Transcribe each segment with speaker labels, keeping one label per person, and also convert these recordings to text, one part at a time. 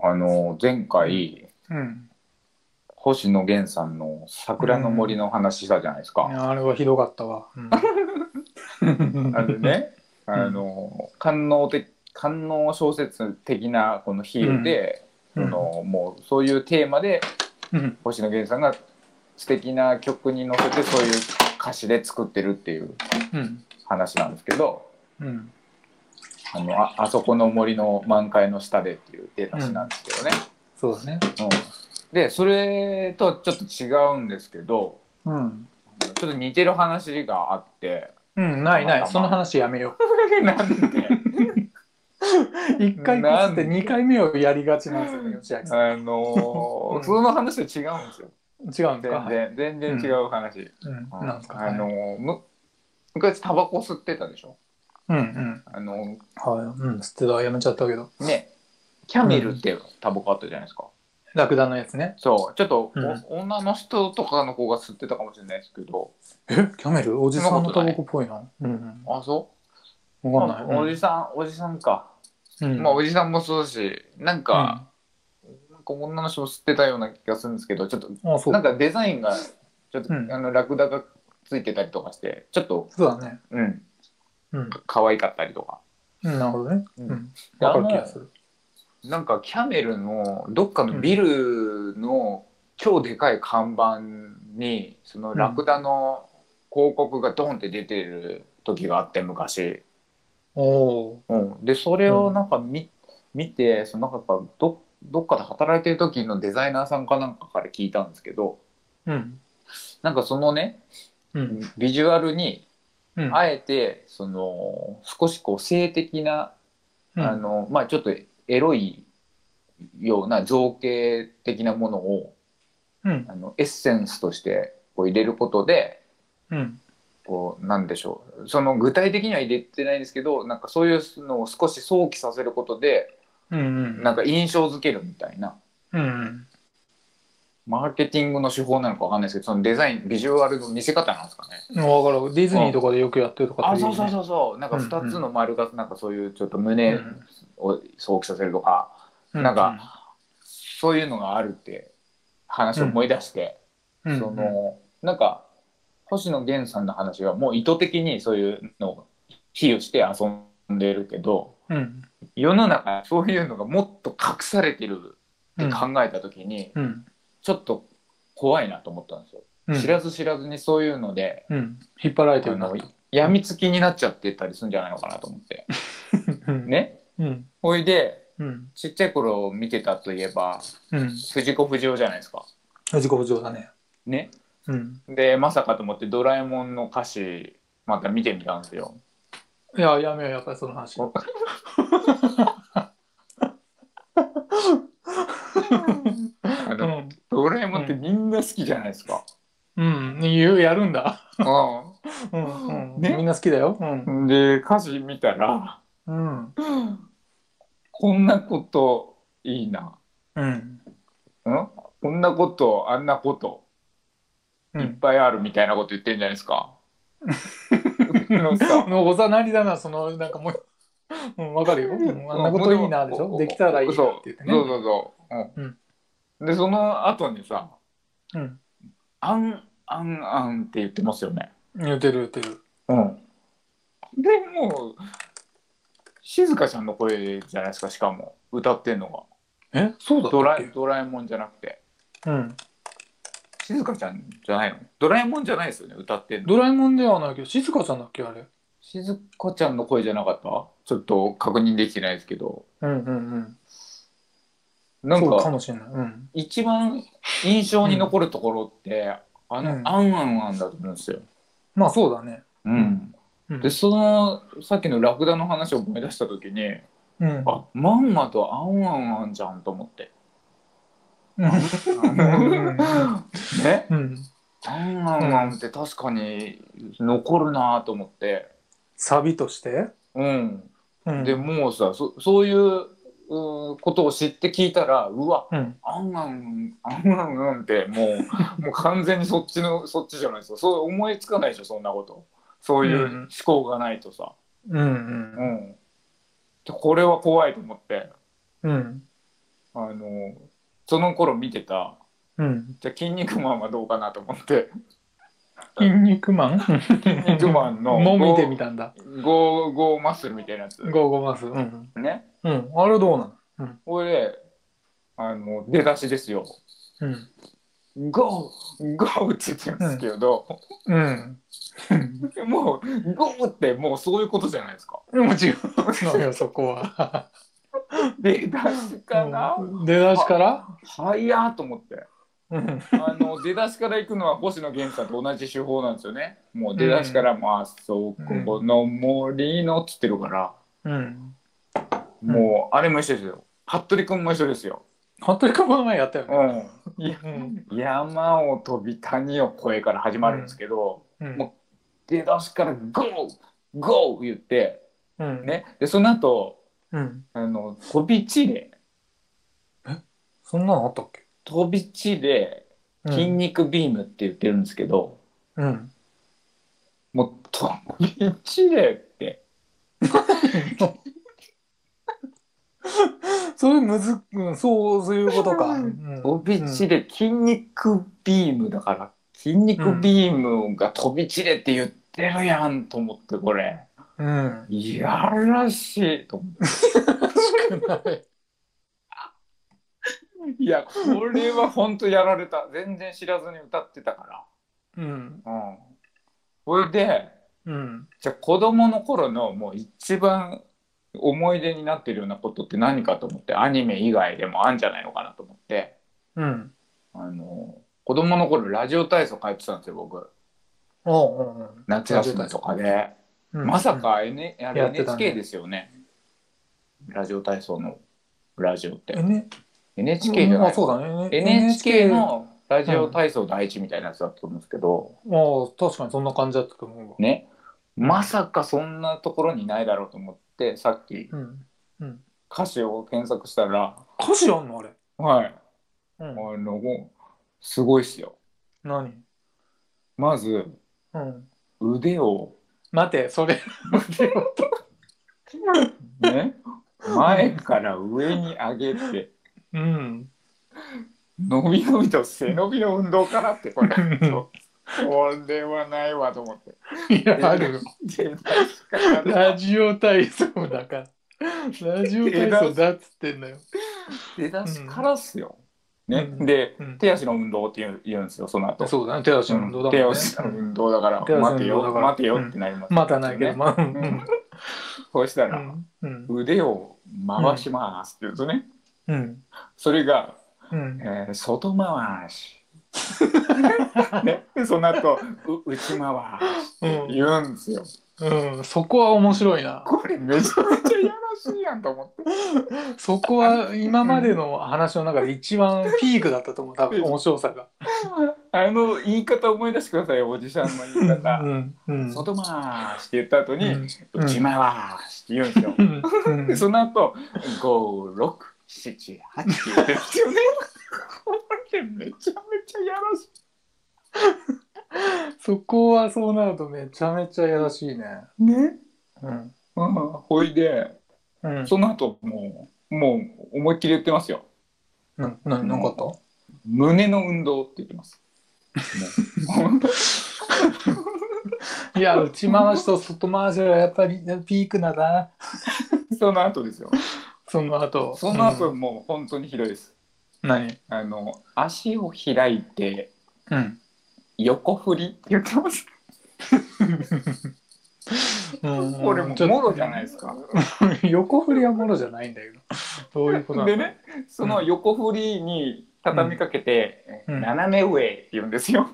Speaker 1: あの、前回、
Speaker 2: うん。
Speaker 1: 星野源さんの桜の森の話したじゃないですか。
Speaker 2: あれはひどかったわ。う ん、
Speaker 1: あれ。ね、あの、官能的、官能小説的なこの比喩で、
Speaker 2: うん
Speaker 1: そのもうそういうテーマで
Speaker 2: うん。
Speaker 1: 星野源さんが素敵な曲に乗せてそういう歌詞で作ってるっていう
Speaker 2: うん。
Speaker 1: 話なんですけど、
Speaker 2: うん。
Speaker 1: あのああそこの森の満開の下でっていう出だしなんですけどね。
Speaker 2: そうだね。
Speaker 1: うんでそれとちょっと違うんですけど
Speaker 2: うん。
Speaker 1: ちょっと似てる話があって。
Speaker 2: うん、ないない。その話やめよ
Speaker 1: なんで
Speaker 2: う。一回ミスって二回目をやりがちなんですよね、吉明さん。
Speaker 1: あのー
Speaker 2: うん
Speaker 1: その話と違うんですよ
Speaker 2: 違うんですか
Speaker 1: 全然全然違う話、
Speaker 2: うん。
Speaker 1: うん
Speaker 2: なんですか
Speaker 1: あのーむ昔タバコ吸ってたでしょ
Speaker 2: うんうん。
Speaker 1: あの
Speaker 2: はい。うん。捨てたやめちゃったけど。
Speaker 1: ーねキャメルってタバコあったじゃないですか、
Speaker 2: ラクダのやつね。
Speaker 1: そうちょっとお、
Speaker 2: うん
Speaker 1: 女の人とかの子が吸ってたかもしれないですけど
Speaker 2: えキャメルおじさんのタバコっぽいな。うん
Speaker 1: あそ
Speaker 2: うん。
Speaker 1: う、
Speaker 2: わかん
Speaker 1: ま
Speaker 2: な
Speaker 1: あ
Speaker 2: い。
Speaker 1: おじさんおじさんか、
Speaker 2: うん。
Speaker 1: まあ
Speaker 2: うん
Speaker 1: おじさんもそうだしなんか、なんか女の人も吸ってたような気がするんですけどちょっと
Speaker 2: うんあ、そう
Speaker 1: なんかデザインがちょっと、
Speaker 2: うん
Speaker 1: あのラクダがついてたりとかしてちょっと
Speaker 2: そうだね。
Speaker 1: うん
Speaker 2: うん。
Speaker 1: 可愛かったりとか、
Speaker 2: うんなるほどね。
Speaker 1: う
Speaker 2: うん。
Speaker 1: で
Speaker 2: わかる気がする。
Speaker 1: なんかキャメルのどっかのビルの超でかい看板にそのラクダの広告がドンって出てる時があって昔、
Speaker 2: おお
Speaker 1: うん、でそれをなんか見,、見てそのなんかどどっかで働いてる時のデザイナーさんかなんかから聞いたんですけど
Speaker 2: ー。うん。
Speaker 1: なんかそのね
Speaker 2: うん。
Speaker 1: ビジュアルに
Speaker 2: うん。
Speaker 1: あえてその少しこう性的な、
Speaker 2: うん
Speaker 1: あのまあちょっとエロいような造形的なものを
Speaker 2: うん。
Speaker 1: あのエッセンスとしてこう入れることで
Speaker 2: うん。
Speaker 1: こうなんでしょうその具体的には入れてないんですけどなんかそういうのを少し想起させることで
Speaker 2: うん。うん。
Speaker 1: なんか印象づけるみたいな。
Speaker 2: うん。
Speaker 1: マーケティングの手法なのかわかんないですけど、そのデザイン、ビジュアルの見せ方なんですかね。
Speaker 2: うんわかる。ディズニーとかでよくやってるとか
Speaker 1: あ、
Speaker 2: ってい
Speaker 1: そうそう
Speaker 2: ね
Speaker 1: そうそう、なんか二つの丸が、なんかそういうちょっと胸、を想起させるとか、
Speaker 2: う
Speaker 1: なんか、そういうのがあるって話を思い出して、
Speaker 2: うん
Speaker 1: そ、のなんか星野源さんの話はもう意図的にそういうのを比喩して遊んでるけど
Speaker 2: うん。
Speaker 1: 世の中そういうのがもっと隠されてるっ
Speaker 2: う
Speaker 1: て
Speaker 2: ん。
Speaker 1: 考えた時に、
Speaker 2: うん。
Speaker 1: ちょっと怖いなと思ったんですよ。
Speaker 2: うん
Speaker 1: 知らず知らずにそういうので、
Speaker 2: うん。引っ張られて
Speaker 1: あ
Speaker 2: るな
Speaker 1: の。やみつきになっちゃってたりするんじゃないのかなと思って。
Speaker 2: うん。
Speaker 1: ね
Speaker 2: うん。
Speaker 1: ほいで
Speaker 2: うん。
Speaker 1: ちっちゃい頃見てたといえば
Speaker 2: うん。
Speaker 1: 藤子不二雄じゃないですか。
Speaker 2: 自己不浄だね。
Speaker 1: ね。
Speaker 2: うん。
Speaker 1: で、まさかと思ってドラえもんの歌詞、また見てみたんですよ。
Speaker 2: いや、やめよう、やっぱりその話。
Speaker 1: おあ
Speaker 2: う
Speaker 1: の
Speaker 2: ん。
Speaker 1: ドラえもんってみんな好きじゃないですか。
Speaker 2: うん。言う、やるんだ。
Speaker 1: う
Speaker 2: うん。うん
Speaker 1: ね
Speaker 2: みんな好きだよ。うん。
Speaker 1: ん、で、歌詞見たら、
Speaker 2: うん。
Speaker 1: こんなこといいな。
Speaker 2: うん。
Speaker 1: んこんなこと、あんなこと、
Speaker 2: う
Speaker 1: いっ
Speaker 2: ん。
Speaker 1: ぱいあるみたいなこと言ってるんじゃないですか。 のさ
Speaker 2: のおざなりだな、その、なんかもう、 うん、わかるよ。うんあんなこといいな、でしょ。できたらいいなって言ってね。
Speaker 1: そうそうそうそう。うん、で、その後にさ、
Speaker 2: うん。
Speaker 1: あん、あん、あんって言ってますよね。
Speaker 2: 言ってる、言ってる。
Speaker 1: うん。でもう、静香ちゃんの声じゃないですか、しかも、歌ってんのが。
Speaker 2: え、そうだ
Speaker 1: ドラえドラえもんじゃなくて。
Speaker 2: うん。
Speaker 1: 静香ちゃんじゃないのドラえもんじゃないですよね、歌ってんの。
Speaker 2: ドラえもんではないけど、静香ちゃんだっけ、あれ。
Speaker 1: 静香ちゃんの声じゃなかったちょっと確認できてないですけど。
Speaker 2: うんうんうん。
Speaker 1: なん
Speaker 2: そうか
Speaker 1: か、
Speaker 2: もしれない。うん。
Speaker 1: 一番印象に残るところって、あの、
Speaker 2: うん
Speaker 1: あんあんあんだと思うんですよ。
Speaker 2: まあそうだね。
Speaker 1: うん。
Speaker 2: うん
Speaker 1: で、その、さっきのラクダの話を思い出した時に、
Speaker 2: うん。
Speaker 1: あ、まんまとあんあんあんじゃんと思 って。ね
Speaker 2: うん。
Speaker 1: あんあんあんって確かに残るなと思って、
Speaker 2: サビとして
Speaker 1: うん、
Speaker 2: うん。
Speaker 1: でもうさそそういううーことを知って聞いたらうわ
Speaker 2: うん。
Speaker 1: あんあんあんあんあんっても うもう完全にそっちのそっちじゃないですかそう思いつかないでしょそんなことそういう
Speaker 2: うん
Speaker 1: 思考がないとさ、
Speaker 2: うん
Speaker 1: うんでこれは怖いと思って
Speaker 2: うん。うん。
Speaker 1: あのその頃見てた
Speaker 2: うん。
Speaker 1: じゃあ「筋肉マン」はどうかなと思って
Speaker 2: 筋肉マン 筋
Speaker 1: 肉マンの
Speaker 2: も見てみたんだ。
Speaker 1: ゴーゴーマッスルみたいなやつ
Speaker 2: ゴーゴーマス。うん。
Speaker 1: ね
Speaker 2: うん。あれどうな
Speaker 1: これであの出だしですよ
Speaker 2: のう
Speaker 1: 「
Speaker 2: ん。
Speaker 1: ゴーゴー」って言ってるんですけど、
Speaker 2: うん。
Speaker 1: もう「ゴー」ってもうそういうことじゃないですか
Speaker 2: もちろん のよ、そこは。
Speaker 1: 出だしかな、
Speaker 2: うん出だしから
Speaker 1: 早っと思って
Speaker 2: うん。
Speaker 1: あの出だしから行くのは星野源さんと同じ手法なんですよね。もう出だしから、まあそこの森のっつってるから、
Speaker 2: うん。ん
Speaker 1: もうあれも一緒ですよ。服部君も一緒ですよ。
Speaker 2: 服部君も前やったよね。
Speaker 1: うん、いや
Speaker 2: うん。
Speaker 1: 山を飛び谷を越えから始まるんですけど、
Speaker 2: うん
Speaker 1: も出だしからゴーゴー言って、
Speaker 2: うん。。
Speaker 1: ね、でその後
Speaker 2: うん。
Speaker 1: あの飛び地で
Speaker 2: そんなのあったっけ
Speaker 1: 飛び地で筋肉ビームって言ってるんですけど。
Speaker 2: うん。
Speaker 1: もう飛び地でって
Speaker 2: それむずっ、うんそう、そういうことか。うん
Speaker 1: 飛び地で筋肉ビームだから筋肉ビームが飛び地でって言ってるやんと思ってこれ
Speaker 2: うん。
Speaker 1: いやらしいと思っ
Speaker 2: 少ない
Speaker 1: ていやこれは本当やられた全然知らずに歌ってたか
Speaker 2: うん。
Speaker 1: らうんそれで
Speaker 2: うん。
Speaker 1: じゃあ子供の頃のもう一番思い出になってるようなことって何かと思ってアニメ以外でもあんじゃないのかなと思って
Speaker 2: うん。
Speaker 1: あの子供の頃ラジオ体操通ってたんですよ僕
Speaker 2: おうおうおう
Speaker 1: 夏休みとかで、
Speaker 2: うん
Speaker 1: まさ。か N、あれ
Speaker 2: やってたね
Speaker 1: NHK ですよねラジオ体操のラジオって
Speaker 2: えね。
Speaker 1: NHK じゃ
Speaker 2: うん
Speaker 1: な
Speaker 2: あ
Speaker 1: い、
Speaker 2: そうだね。
Speaker 1: NHK。のラジオ体操第一みたいなやつだったと思うんですけど、
Speaker 2: ああ、確かにそんな感じだったと思うわ。
Speaker 1: ねまさかそんなところにないだろうと思ってさっき
Speaker 2: うん。
Speaker 1: 歌詞を検索したら
Speaker 2: 歌詞あんのあれ。
Speaker 1: はい
Speaker 2: うん
Speaker 1: あ。のもうすごいっすよ
Speaker 2: 何
Speaker 1: まず
Speaker 2: うん。
Speaker 1: 腕を
Speaker 2: 待て、それ。
Speaker 1: ね前から上に上げて
Speaker 2: うん。
Speaker 1: 伸び伸びと背伸びの運動かなってこれこれはないわと思って
Speaker 2: いや、あるよ。
Speaker 1: 出だしから
Speaker 2: ラジオ体操だ から。ラジオ体操だっつってんだよ。
Speaker 1: 出だしからっすよ、ね
Speaker 2: うん
Speaker 1: で、
Speaker 2: うん
Speaker 1: 手足の運動って言う言うんですよその後
Speaker 2: そうだね、手足の運動だもんね。
Speaker 1: 手足の運動だから
Speaker 2: 手足の
Speaker 1: 待て
Speaker 2: 運動
Speaker 1: よ
Speaker 2: だから
Speaker 1: 待てよってなります、
Speaker 2: またないけど、
Speaker 1: ね
Speaker 2: まあ、う
Speaker 1: うん
Speaker 2: ん。
Speaker 1: そうした
Speaker 2: う
Speaker 1: ら、
Speaker 2: ん。うん。
Speaker 1: 腕を回しますって言うんですよね、
Speaker 2: うん。
Speaker 1: それが、
Speaker 2: うん。
Speaker 1: えー外回 しね、その後う内回しって言うんですよ、
Speaker 2: うん。そこは面白いな。
Speaker 1: これめちゃめちゃやらしいやんと思って
Speaker 2: そこは今までの話の中で一番ピークだったと思う、多分面白さが。
Speaker 1: あの言い方思い出してくださいおじさんの言い方
Speaker 2: うん。うん。
Speaker 1: 外回しって言った後に
Speaker 2: うん
Speaker 1: 内回しって言うんですよ
Speaker 2: う、ん。うん
Speaker 1: でその後五六七八って言ってるんです よねこれめちゃめちゃやらし
Speaker 2: そこはそうなるとめちゃめちゃやらしいね。
Speaker 1: いね
Speaker 2: うん。
Speaker 1: うんほいで
Speaker 2: うん。
Speaker 1: その後もうもう思いっきり言ってますよ
Speaker 2: な、な、なかった
Speaker 1: 胸の運動って言ってますもう
Speaker 2: いや、内回しと外回しはやっぱりピークなんだな。
Speaker 1: その後ですよ
Speaker 2: その後。
Speaker 1: その後
Speaker 2: うん
Speaker 1: もう本当にひどいです
Speaker 2: 何
Speaker 1: あの足を開いて
Speaker 2: うん。
Speaker 1: 横振りって言ってます。
Speaker 2: うん
Speaker 1: これも
Speaker 2: ちょっと
Speaker 1: もろじゃないですか。
Speaker 2: 横振りはものじゃないんだけど。どういうことなの
Speaker 1: でね、その横振りに畳みかけて、
Speaker 2: うんうん
Speaker 1: 斜め上って言うんですよ。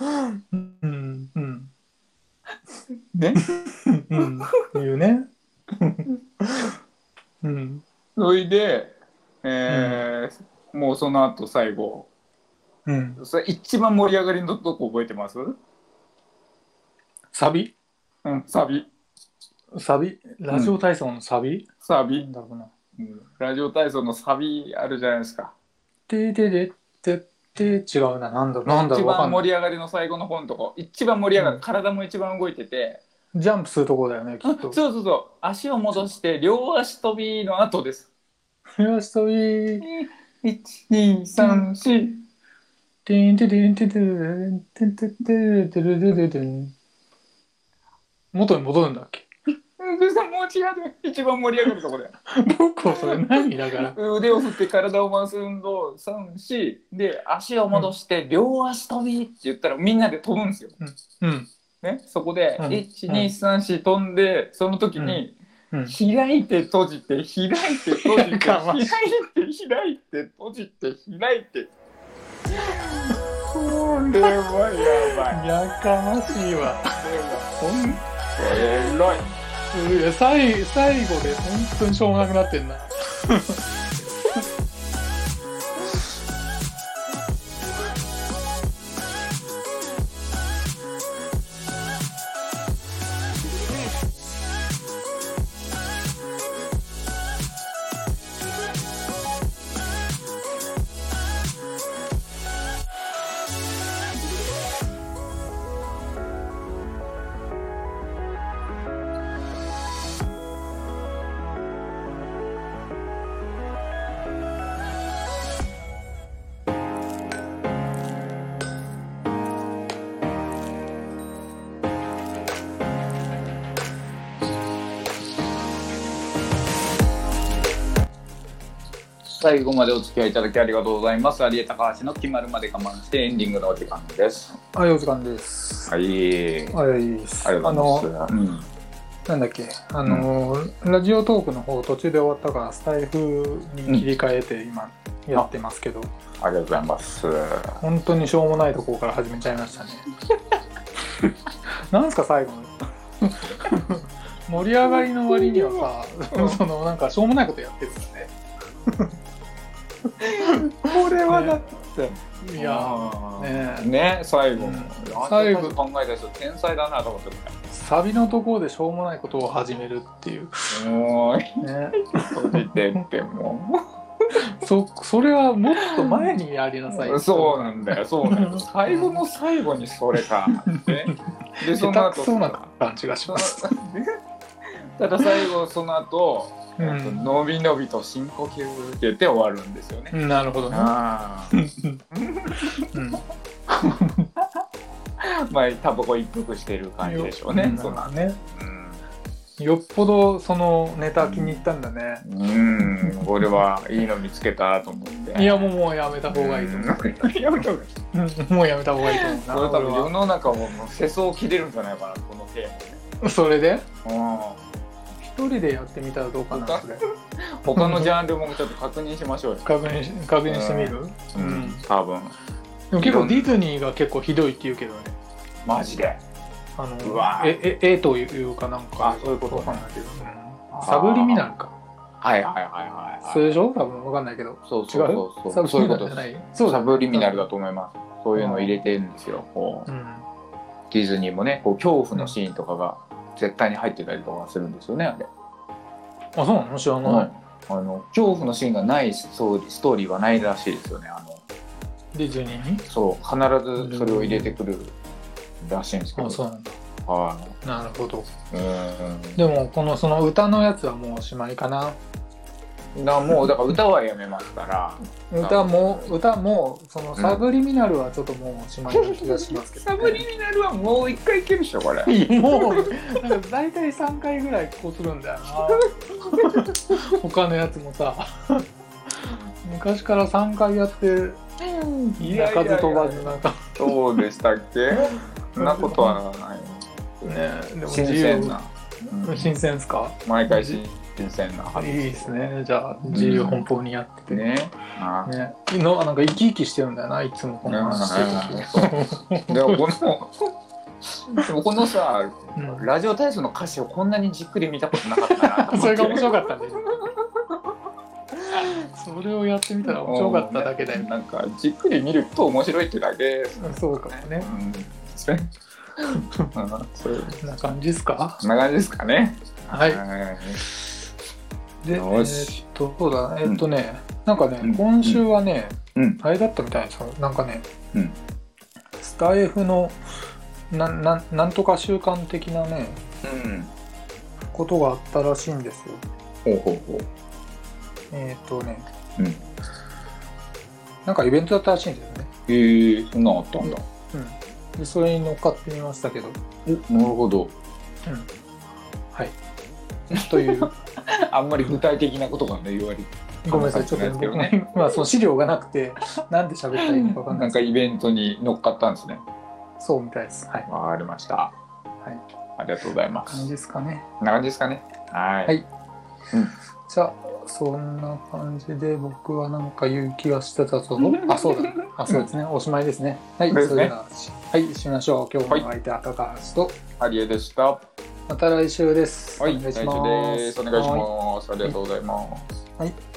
Speaker 2: うん。うん。
Speaker 1: ね、
Speaker 2: うん。言うね。うん。
Speaker 1: それで、えーもうその後最後、
Speaker 2: うん。
Speaker 1: それ一番盛り上がりのとこ覚えてます？
Speaker 2: サビ
Speaker 1: うん、サビ、
Speaker 2: サビラジオ体操のサビ、
Speaker 1: サ
Speaker 2: な
Speaker 1: ビ
Speaker 2: ん、だろうな。
Speaker 1: うんラジオ体操のサビあるじゃないですか。
Speaker 2: てででてて違うな。なんだろう。なんだろ
Speaker 1: 一
Speaker 2: う。わか
Speaker 1: 番
Speaker 2: んない。
Speaker 1: 盛り上がりの最後の方のとこ、一番盛り上がる、体も一番動いてて、
Speaker 2: ジャンプするとこだよね、きっと。
Speaker 1: そうそうそう足を戻して両足飛びの後です
Speaker 2: よしとび、
Speaker 1: 1234
Speaker 2: てんてれんてれんてんてんてれんてれんてれんてれん元に戻るんだっけ
Speaker 1: うんそれもう違う一番盛り上がるとこだよ
Speaker 2: どこそれ何だから。
Speaker 1: 腕を振って体を回す運動34で足を戻して両足飛びって言ったらみんなで飛ぶんですよ、
Speaker 2: うん。
Speaker 1: ね、そこで
Speaker 2: うん
Speaker 1: 1234飛んでその時に
Speaker 2: うん。
Speaker 1: 開いて閉じて開いて閉じて
Speaker 2: かわ
Speaker 1: 開いて開いて閉じて開いてこれはやばい
Speaker 2: やかましいわ。
Speaker 1: これはほんとエロい
Speaker 2: すげえ最最後で本当にしょうもなくなってんな。
Speaker 1: 最後までお付き合いいただきありがとうございます有江高橋の決まるまで我慢してエンディングのお時間です
Speaker 2: はい、お時間です。
Speaker 1: はい
Speaker 2: はい、いいです。
Speaker 1: ありがとうござい
Speaker 2: の、
Speaker 1: ます。うん
Speaker 2: なんだっけ、あの、ラジオトークの方途中で終わったから、スタイフに切り替えて今やってますけど、
Speaker 1: ありがとうございます。
Speaker 2: 本当にしょうもないところから始めちゃいま したね。なんすか、最後の。盛り上がりの割には
Speaker 1: うん
Speaker 2: さ、そのなんかしょうもないことやってるんだね。
Speaker 1: これ
Speaker 2: はだ
Speaker 1: だ
Speaker 2: っ
Speaker 1: って。
Speaker 2: いやーね
Speaker 1: ね最後、
Speaker 2: うん
Speaker 1: 最
Speaker 2: 最
Speaker 1: 後
Speaker 2: 後
Speaker 1: 考えた人天才だなと思ってた
Speaker 2: サビのところでしょうもないことを始めるっていう。
Speaker 1: もう一
Speaker 2: ね、
Speaker 1: 個出てっても
Speaker 2: そそれはもっと前にやりなさい。
Speaker 1: うそうなんだよそうなんだ よ最後の最後にそれかね でその
Speaker 2: 下手
Speaker 1: 後
Speaker 2: くそな感じがします。
Speaker 1: ただ最後その後、
Speaker 2: う
Speaker 1: えっとのびのびと深呼吸って言って終わるんですよね、
Speaker 2: ん、なるほどね。
Speaker 1: あ あ
Speaker 2: うん
Speaker 1: まあタバコ一服してる感じでしょうね、
Speaker 2: ん
Speaker 1: そんな
Speaker 2: ね。よっぽどそのネタ気に入ったんだね。
Speaker 1: うん、うん、これはいいの見つけたと思って
Speaker 2: いや、もうもうやめた方がいいと思う。
Speaker 1: うんやめた方がいい
Speaker 2: うんもうやめた方がいいと思うな
Speaker 1: これ多分
Speaker 2: 俺
Speaker 1: 世
Speaker 2: は
Speaker 1: の中ももう世相を切れるんじゃないかなこのテ
Speaker 2: それで
Speaker 1: ーマね、
Speaker 2: 一人でやってみたらどうかなそれ
Speaker 1: うん、他のジャンルもちょっと確認しましょうよ、
Speaker 2: 確認し確認してみる
Speaker 1: う
Speaker 2: うん
Speaker 1: ん、多分
Speaker 2: でも結構ディズニーが結構ひどいって言うけどね
Speaker 1: マジで
Speaker 2: あ
Speaker 1: うわ
Speaker 2: のええ絵というかなんか
Speaker 1: あそういうことね
Speaker 2: わかんないけどうんサブリミナルか
Speaker 1: はいはいはいはい、はい、
Speaker 2: それでしょ多分わかんないけど
Speaker 1: そう
Speaker 2: 違
Speaker 1: そうそうそ
Speaker 2: うサ
Speaker 1: う
Speaker 2: ブ
Speaker 1: そう
Speaker 2: リ
Speaker 1: いう
Speaker 2: ミナ
Speaker 1: こ
Speaker 2: ル
Speaker 1: とです
Speaker 2: じゃないそうだ
Speaker 1: サブリミナルだと思いますそういうのを入れてるんですよこう
Speaker 2: うん
Speaker 1: ディズニーもねこう恐怖のシーンとかが絶対に入ってたりとかするんですよねあれ、
Speaker 2: あそうなの知ら
Speaker 1: は
Speaker 2: ない
Speaker 1: あの恐怖のシーンがないストーリーストーリーはないらしいですよねあの
Speaker 2: いディズニーに
Speaker 1: そう必ずそれを入れてくるらしいんですけど
Speaker 2: あそうなんだ
Speaker 1: は
Speaker 2: なるほど
Speaker 1: い、う
Speaker 2: でもこのその歌のやつはもうおしまいかなん
Speaker 1: なもうだから歌はやめますから
Speaker 2: 歌も歌もそのサブリミナルはちょっともうおしまいな気がしますけ ど、
Speaker 1: サブリミナルはもう一回いけるでしょこれ
Speaker 2: もうなんか大体3回ぐらいこうするんだよな他のやつもさ昔から3回やって鳴かず飛ばずなんか
Speaker 1: そうでしたっけそんなことはない
Speaker 2: でも
Speaker 1: 新鮮な、うん
Speaker 2: 新鮮ですか
Speaker 1: 毎回新鮮な話
Speaker 2: いいですねじゃあ自由奔放にやってて、ね
Speaker 1: ねあ
Speaker 2: のなんか生き生きしてるんだよないつもこの話してる時
Speaker 1: でもこのでもこのさ
Speaker 2: うん
Speaker 1: ラジオ体操の歌詞をこんなにじっくり見たことなかったなと思 って
Speaker 2: それが面白かったね。それをやってみたら面白かっただけだよね。
Speaker 1: なんかじっくり見ると面白いってだけですね
Speaker 2: そうかも
Speaker 1: う
Speaker 2: ね。
Speaker 1: んそれ うんそういう
Speaker 2: こんな感じですか。
Speaker 1: そんな感じですかね
Speaker 2: はい。
Speaker 1: はい
Speaker 2: で、え
Speaker 1: よし
Speaker 2: ーっと、そうだ、えーっとね、なんかね、
Speaker 1: うん
Speaker 2: 今週はね、
Speaker 1: うん
Speaker 2: あれだったみたいですよ。なんかね、
Speaker 1: うん
Speaker 2: スタイフのなななんとか習慣的なね
Speaker 1: うん
Speaker 2: ことがあったらしいんですよ
Speaker 1: ほうほうほ
Speaker 2: えっ、とね
Speaker 1: ううん
Speaker 2: なんかイベントだったらしいんですよね
Speaker 1: へえそんなんあったんだ
Speaker 2: うんでそれに乗っかってみましたけど
Speaker 1: なるほど
Speaker 2: はいという
Speaker 1: あんまり具体的なことがね言われて
Speaker 2: ごめんなさいちょっとね僕も今 まあその資料がなくてなんで喋ったらいいのかわかんな
Speaker 1: ないんか
Speaker 2: です
Speaker 1: イベントに乗っかったんですね
Speaker 2: そうみたいですはい
Speaker 1: わかりましたはいありがとうございます
Speaker 2: 感じですかね
Speaker 1: こんな感じですかねはい、
Speaker 2: はいじゃあそんな感じで僕はなんか言う気がしてたぞあそうだあそう ですねおしまいですねはい
Speaker 1: そうで
Speaker 2: そ
Speaker 1: す
Speaker 2: れ
Speaker 1: ね
Speaker 2: でははい締めましょう今日のお相手は高橋と、
Speaker 1: ハリエでしたは
Speaker 2: また来週です。
Speaker 1: い大丈夫ですお願いし
Speaker 2: は
Speaker 1: ますありがとうございます
Speaker 2: はい